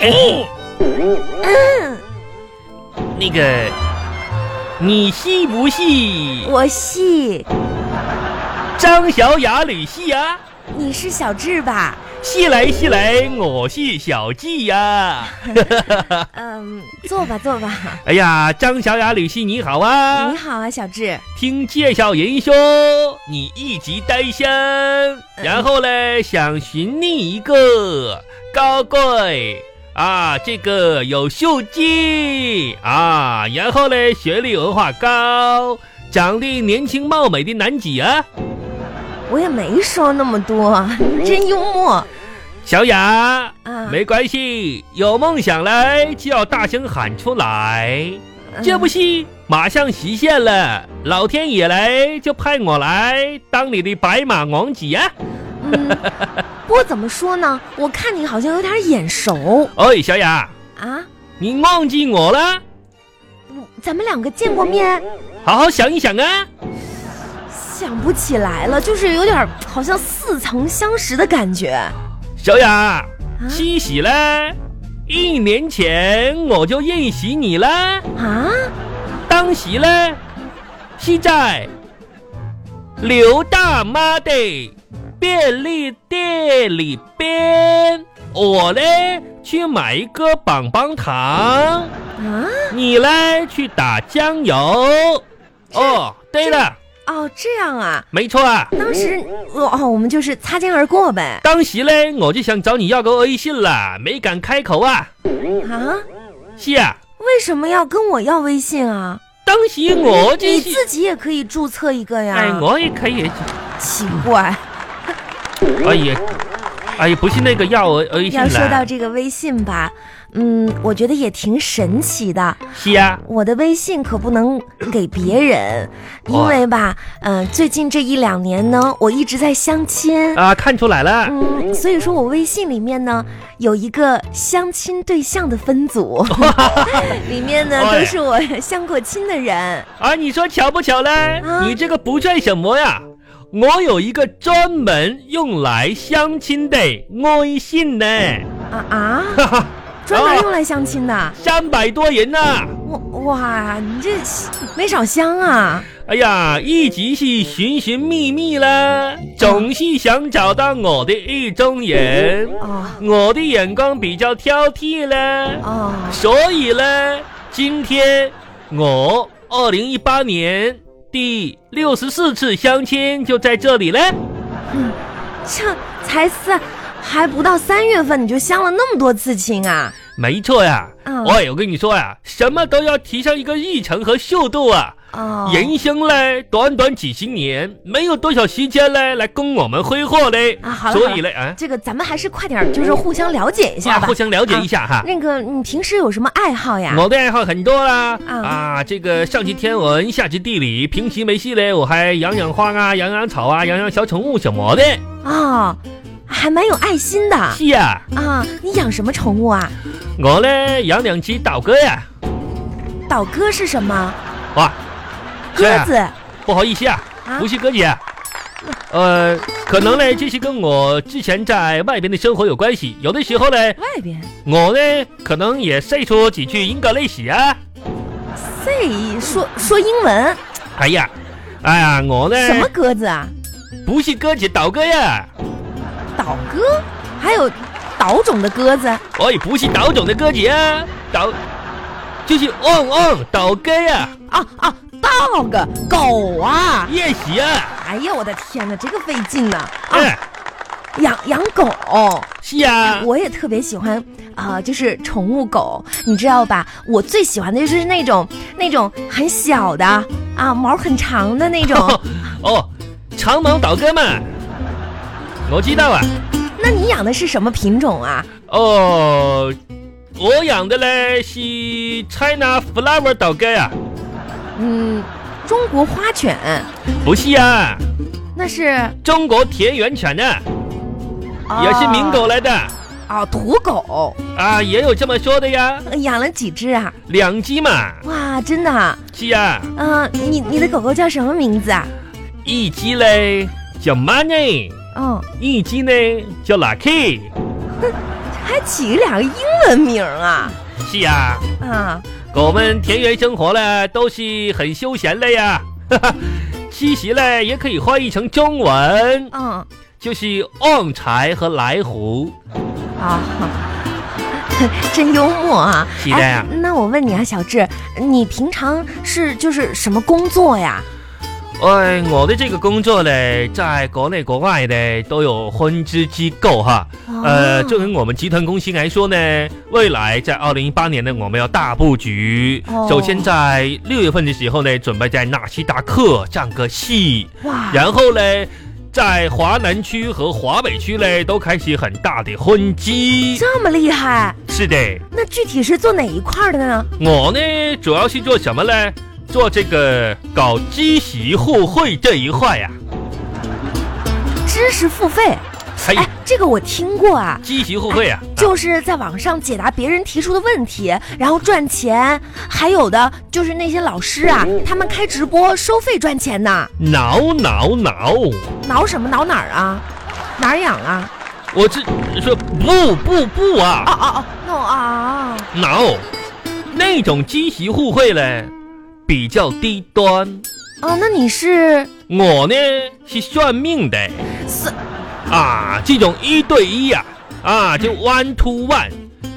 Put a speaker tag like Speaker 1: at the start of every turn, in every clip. Speaker 1: 哎，哦那个，你系不系
Speaker 2: 我系，
Speaker 1: 张小雅吕系呀、
Speaker 2: 你是小智吧？
Speaker 1: 系来系来，我是小季呀、
Speaker 2: 嗯，坐吧坐吧。
Speaker 1: 哎呀，张小雅吕系你好啊
Speaker 2: 你！好啊，小智。
Speaker 1: 听介绍人说你一直单身，然后嘞想寻觅一个高贵啊，这个有秀气啊，然后嘞学历文化高，长得年轻貌美的男子啊。
Speaker 2: 我也没说那么多，真幽默
Speaker 1: 小雅，
Speaker 2: 啊。
Speaker 1: 没关系，有梦想来就要大声喊出来。
Speaker 2: 嗯，
Speaker 1: 这不是马上实现了，老天爷来就派我来当你的白马王子啊！
Speaker 2: 嗯，不过怎么说呢？我看你好像有点眼熟
Speaker 1: 哎，小雅，
Speaker 2: 啊。
Speaker 1: 你忘记我了？
Speaker 2: 咱们两个见过面，
Speaker 1: 好好想一想啊！
Speaker 2: 想不起来了，就是有点儿好像似曾相识的感觉啊。
Speaker 1: 小雅，欣喜嘞！一年前我就认识你了，
Speaker 2: 啊，
Speaker 1: 当时嘞是在刘大妈的便利店里边，我嘞去买一个棒棒糖。
Speaker 2: 啊，
Speaker 1: 你来去打酱油。哦，对了，
Speaker 2: 哦，这样啊。
Speaker 1: 没错啊。
Speaker 2: 当时哦哦，我们就是擦肩而过呗。
Speaker 1: 当时嘞，我就想找你要个微信了，没敢开口啊。
Speaker 2: 啊，
Speaker 1: 是啊，
Speaker 2: 为什么要跟我要微信啊？
Speaker 1: 当时我就
Speaker 2: 你
Speaker 1: 是，
Speaker 2: 自己也啊可以注册一个呀。
Speaker 1: 哎，我也可以。
Speaker 2: 奇怪，
Speaker 1: 哎呀，哎呀，不是那个要我微信
Speaker 2: 要说到
Speaker 1: 了。
Speaker 2: 这个微信吧，嗯，我觉得也挺神奇的。
Speaker 1: 是啊，
Speaker 2: 我的微信可不能给别人，因为吧，嗯、最近这一两年呢，我一直在相亲。
Speaker 1: 啊，看出来了。
Speaker 2: 嗯，所以说我微信里面呢有一个相亲对象的 分组，里面呢
Speaker 1: 哎
Speaker 2: 都是我相过亲的人。
Speaker 1: 啊，你说巧不巧嘞？
Speaker 2: 啊
Speaker 1: 你这个不算什么呀。我有一个专门用来相亲的微信呢，
Speaker 2: 啊啊！
Speaker 1: 哈哈，
Speaker 2: 专
Speaker 1: 啊
Speaker 2: 门用来相亲的。
Speaker 1: 三百多人呐、
Speaker 2: 哇哇，你这没少相啊！
Speaker 1: 哎呀，一直是寻寻觅觅啦，总是想找到我的意中人。
Speaker 2: 哦
Speaker 1: 我的眼光比较挑剔啦，
Speaker 2: 哦，
Speaker 1: 所以呢，今天我二零一八年第六十四次相亲就在这里嘞。
Speaker 2: 这才三，还不到三月份你就相了那么多次亲啊！
Speaker 1: 没错呀，
Speaker 2: 嗯
Speaker 1: 哎，我跟你说呀，什么都要提上一个日程和速度啊。
Speaker 2: 哦，
Speaker 1: 人生嘞，短短几十年，没有多少时间嘞来供我们挥霍嘞。
Speaker 2: 啊好了
Speaker 1: 所以嘞，啊。
Speaker 2: 这个咱们还是快点儿，就是互相了解一下
Speaker 1: 啊
Speaker 2: 吧
Speaker 1: 互。相了解一下哈。
Speaker 2: 那个，你平时有什么爱好呀？
Speaker 1: 我的爱好很多啦，
Speaker 2: 啊
Speaker 1: 啊，这个上知天文，下知地理，平时没事嘞，我还养养花
Speaker 2: 嗯
Speaker 1: 啊，养养草啊，养养小宠物什么的。
Speaker 2: 哦，还蛮有爱心的
Speaker 1: 是呀，
Speaker 2: 啊！你养什么宠物啊？
Speaker 1: 我嘞养两只岛哥呀，
Speaker 2: 岛哥是什么？
Speaker 1: 哇，
Speaker 2: 鸽
Speaker 1: 是啊
Speaker 2: 子
Speaker 1: 不好意思啊，
Speaker 2: 啊
Speaker 1: 不是哥姐，呃，可能嘞，这是跟我之前在外边的生活有关系，有的时候嘞，
Speaker 2: 外边
Speaker 1: 我呢可能也晒出几句英格类史啊。
Speaker 2: ，say 说说英文，
Speaker 1: 哎呀，哎呀，我呢
Speaker 2: 什么鸽子啊？
Speaker 1: 不是哥姐，岛哥呀。
Speaker 2: 岛鸽，还有岛种的鸽子。
Speaker 1: 我也哎不是岛种的哥姐啊，岛就是哦汪汪岛哥呀、
Speaker 2: 哦哦，dog 狗啊！
Speaker 1: 夜袭啊，
Speaker 2: 哎呀，我的天哪，这个费劲呐！啊，
Speaker 1: 哎，
Speaker 2: 养养狗，
Speaker 1: 是啊呀、
Speaker 2: 我也特别喜欢啊、就是宠物狗，你知道吧？我最喜欢的就是那种那种很小的啊，毛很长的那种
Speaker 1: 哦。哦，长毛岛哥嘛，我知道啊，
Speaker 2: 那你养的是什么品种啊？
Speaker 1: 哦，我养的嘞是 China Flower 啊岛哥呀、
Speaker 2: 嗯，中国花犬，
Speaker 1: 不是啊，
Speaker 2: 那是
Speaker 1: 中国田园犬呢、
Speaker 2: 啊
Speaker 1: 也是名狗来的
Speaker 2: 哦，土狗，
Speaker 1: 啊，也有这么说的呀，
Speaker 2: 呃养了几只啊？
Speaker 1: 两只嘛，
Speaker 2: 哇，真的啊！
Speaker 1: 是呀、
Speaker 2: 嗯、你你的狗狗叫什么名字啊？
Speaker 1: 一只嘞叫 Money，
Speaker 2: 哦，
Speaker 1: 一只呢叫 Lucky。
Speaker 2: 还起了两个英文名啊
Speaker 1: 是呀、
Speaker 2: 啊！
Speaker 1: 狗们田园生活嘞都是很休闲的呀。 哈哈，其实嘞也可以翻译成中文，
Speaker 2: 嗯
Speaker 1: 就是旺财和来福。
Speaker 2: 啊， 真幽默啊！
Speaker 1: 是的呀
Speaker 2: 那我问你啊，小智，你平常是就是什么工作呀？
Speaker 1: 哎，我的这个工作嘞，在国内国外的都有分支机构哈。
Speaker 2: 哦
Speaker 1: 呃，就跟我们集团公司来说呢，未来在二零一八年呢，我们要大布局。
Speaker 2: 哦
Speaker 1: 首先在六月份的时候呢，准备在纳斯达克占个戏，
Speaker 2: 哇，
Speaker 1: 然后呢，在华南区和华北区嘞都开始很大的分机。
Speaker 2: 这么厉害，
Speaker 1: 是的，
Speaker 2: 那具体是做哪一块儿的呢？
Speaker 1: 我呢主要是做什么嘞？做这个搞基席互惠这一块啊呀、
Speaker 2: 知识付费？
Speaker 1: 哎
Speaker 2: 哎，这个我听过啊。
Speaker 1: 基席互惠啊，
Speaker 2: 就是在网上解答别人提出的问题，然后赚钱，还有的就是那些老师啊，他们开直播收费赚钱呢。
Speaker 1: 挠挠挠！
Speaker 2: 挠什么挠哪儿啊？哪儿痒啊？
Speaker 1: 我这说不不不啊！
Speaker 2: 哦哦哦，no 啊！
Speaker 1: no，那种积习互惠嘞，比较低端。
Speaker 2: 哦，那你是
Speaker 1: 我呢是算命的
Speaker 2: 算
Speaker 1: 啊，这种一对一呀、啊，就 one to one，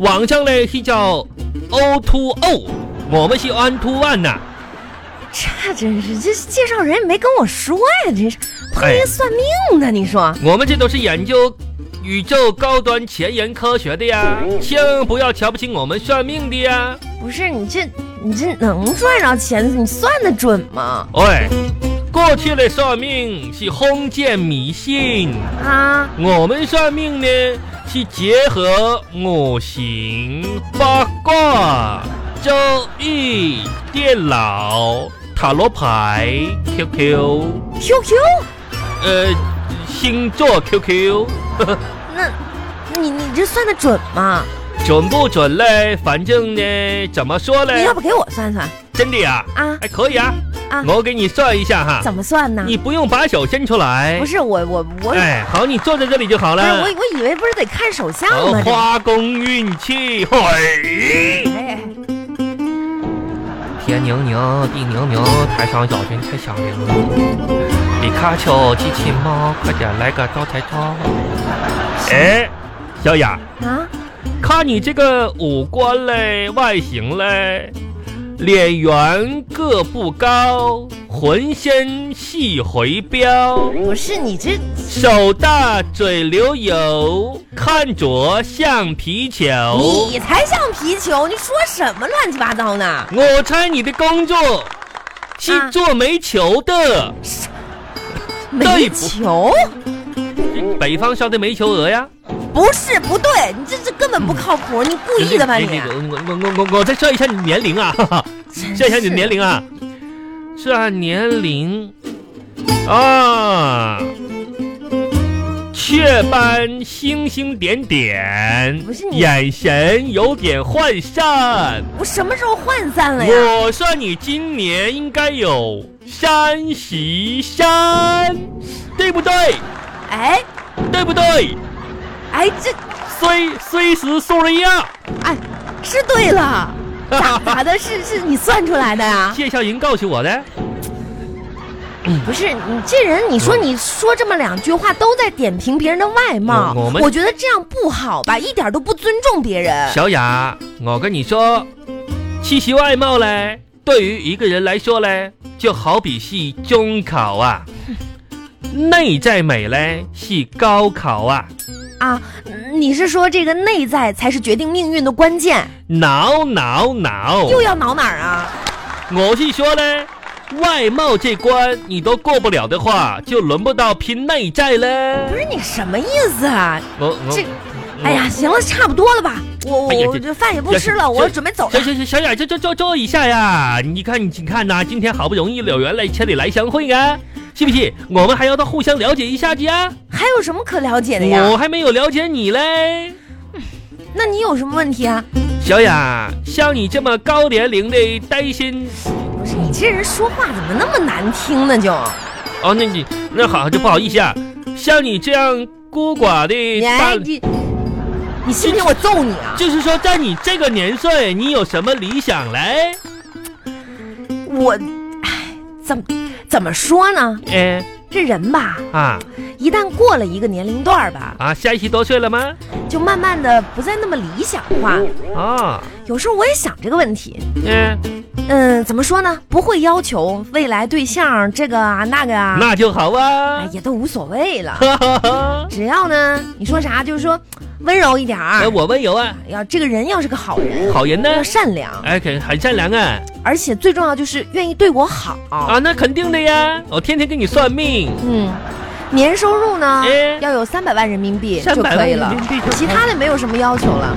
Speaker 1: 网上嘞是叫 O to O，我们是 one to one 呐、
Speaker 2: 这真是这介绍人也没跟我说呀，真是碰
Speaker 1: 哎
Speaker 2: 一算命的，你说
Speaker 1: 我们这都是研究宇宙高端前沿科学的呀，千万不要瞧不起我们算命的呀。
Speaker 2: 不是你这你这能赚着钱，你算得准吗？
Speaker 1: 喂，过去的算命是封建迷信。
Speaker 2: 啊，
Speaker 1: 我们算命呢是结合五行、八卦、周易、电脑、塔罗牌、QQ，
Speaker 2: q
Speaker 1: 呃，星座 QQ，
Speaker 2: 那，你你这算得准吗？
Speaker 1: 准不准嘞？反正呢，怎么说
Speaker 2: 你
Speaker 1: 嘞
Speaker 2: 要？不给我算算
Speaker 1: 真的呀、
Speaker 2: 啊？
Speaker 1: 哎，可以啊，
Speaker 2: 啊
Speaker 1: 我给你算一下哈，
Speaker 2: 怎么算呢？
Speaker 1: 你不用把手伸出来
Speaker 2: 不，是我我我，
Speaker 1: 哎，好，你坐在这里就好
Speaker 2: 不是我
Speaker 1: 了。
Speaker 2: 我以为不是得看手相
Speaker 1: 好
Speaker 2: 吗？这
Speaker 1: 花宫运气，嘿。
Speaker 2: 哎哎
Speaker 1: 天宁宁，地宁宁，台上咬人太响铃。皮卡丘，机器猫，快点来个招财招。哎，小雅，
Speaker 2: 啊，
Speaker 1: 看你这个五官嘞，外形嘞，脸圆个不高，浑身细回标，
Speaker 2: 不是你这
Speaker 1: 手大嘴流油，看着像皮球。
Speaker 2: 你才像皮球！你说什么乱七八糟呢？
Speaker 1: 我猜你的工作是
Speaker 2: 啊
Speaker 1: 做煤球的。
Speaker 2: 煤球
Speaker 1: 北方烧的煤球鹅呀，
Speaker 2: 不是不对，你这这根本不靠谱，你故意的吧你？
Speaker 1: 我我我我我我再算一下你的年龄啊，哈哈，算一下你的年
Speaker 2: 龄，
Speaker 1: 龄啊，算年龄啊，雀斑星星点点
Speaker 2: 不是，你
Speaker 1: 眼神有点涣散。
Speaker 2: 我什么时候涣散了呀？
Speaker 1: 我算你今年应该有三十三，对不对？
Speaker 2: 哎
Speaker 1: 对不对？
Speaker 2: 哎，这
Speaker 1: 虽虽时数了一样。
Speaker 2: 哎是对了，咋咋的？是是你算出来的呀？
Speaker 1: 谢笑莹告诉我的。
Speaker 2: 不是你这人，你说你说这么两句话都在点评别人的外貌，
Speaker 1: 我我们
Speaker 2: 我觉得这样不好吧，一点都不尊重别人。
Speaker 1: 小雅，我跟你说，其实外貌嘞，对于一个人来说嘞，就好比是中考 啊；内在美嘞是高考啊。
Speaker 2: 啊，你是说这个内在才是决定命运的关键？
Speaker 1: 挠挠挠！
Speaker 2: 又要挠哪儿啊？
Speaker 1: 我是说嘞，外貌这关你都过不了的话，就轮不到拼内在
Speaker 2: 不
Speaker 1: 嘞。
Speaker 2: 是你什么意思啊？
Speaker 1: 我我
Speaker 2: 这哎呀，，行了，差不多了吧？我
Speaker 1: 哎呀
Speaker 2: 我我
Speaker 1: 这
Speaker 2: 这饭也不
Speaker 1: 这
Speaker 2: 吃了，
Speaker 1: 这
Speaker 2: 我准备走
Speaker 1: 哦小
Speaker 2: 了。
Speaker 1: 小小小雅，这这这这一下呀！你看，你看呐、今天好不容易有缘来千里来相会啊，是不是？我们还要到互相了解一下子啊。
Speaker 2: 还有什么可了解的呀？
Speaker 1: 我还没有了解你嘞，
Speaker 2: 那你有什么问题啊？
Speaker 1: 小雅，像你这么高年龄的单身，
Speaker 2: 不是你这人说话怎么那么难听呢？就
Speaker 1: 哦，那你那好，就不好意思啊。像你这样孤寡的
Speaker 2: 你哎
Speaker 1: 大，
Speaker 2: 你你信不信我揍你啊？
Speaker 1: 就是说，在你这个年岁，你有什么理想嘞？
Speaker 2: 我，哎，怎么怎么说呢？
Speaker 1: 哎
Speaker 2: 这人吧，
Speaker 1: 啊
Speaker 2: 一旦过了一个年龄段儿吧，
Speaker 1: 啊，下一期多岁了吗？
Speaker 2: 就慢慢的不再那么理想化。
Speaker 1: 啊，
Speaker 2: 有时候我也想这个问题，
Speaker 1: 嗯，
Speaker 2: 嗯，怎么说呢？不会要求未来对象这个啊那个啊，
Speaker 1: 那就好
Speaker 2: 哎
Speaker 1: 啊。
Speaker 2: 也都无所谓了。
Speaker 1: 哈哈 哈，
Speaker 2: 只要呢，你说啥就是说温柔一点
Speaker 1: 哎，
Speaker 2: 儿。
Speaker 1: 我温柔啊，
Speaker 2: 要这个人要是个好人，
Speaker 1: 好人呢
Speaker 2: 要善良，
Speaker 1: 哎，肯很善良啊
Speaker 2: 而且最重要就是愿意对我好。
Speaker 1: 啊，那肯定的呀，我天天给你算命。
Speaker 2: 嗯，年收入呢
Speaker 1: 哎
Speaker 2: 要有三百万人民币
Speaker 1: 300
Speaker 2: 就
Speaker 1: 万
Speaker 2: 可以
Speaker 1: 人
Speaker 2: 了
Speaker 1: 民币就可以，
Speaker 2: 其他的没有什么要求了。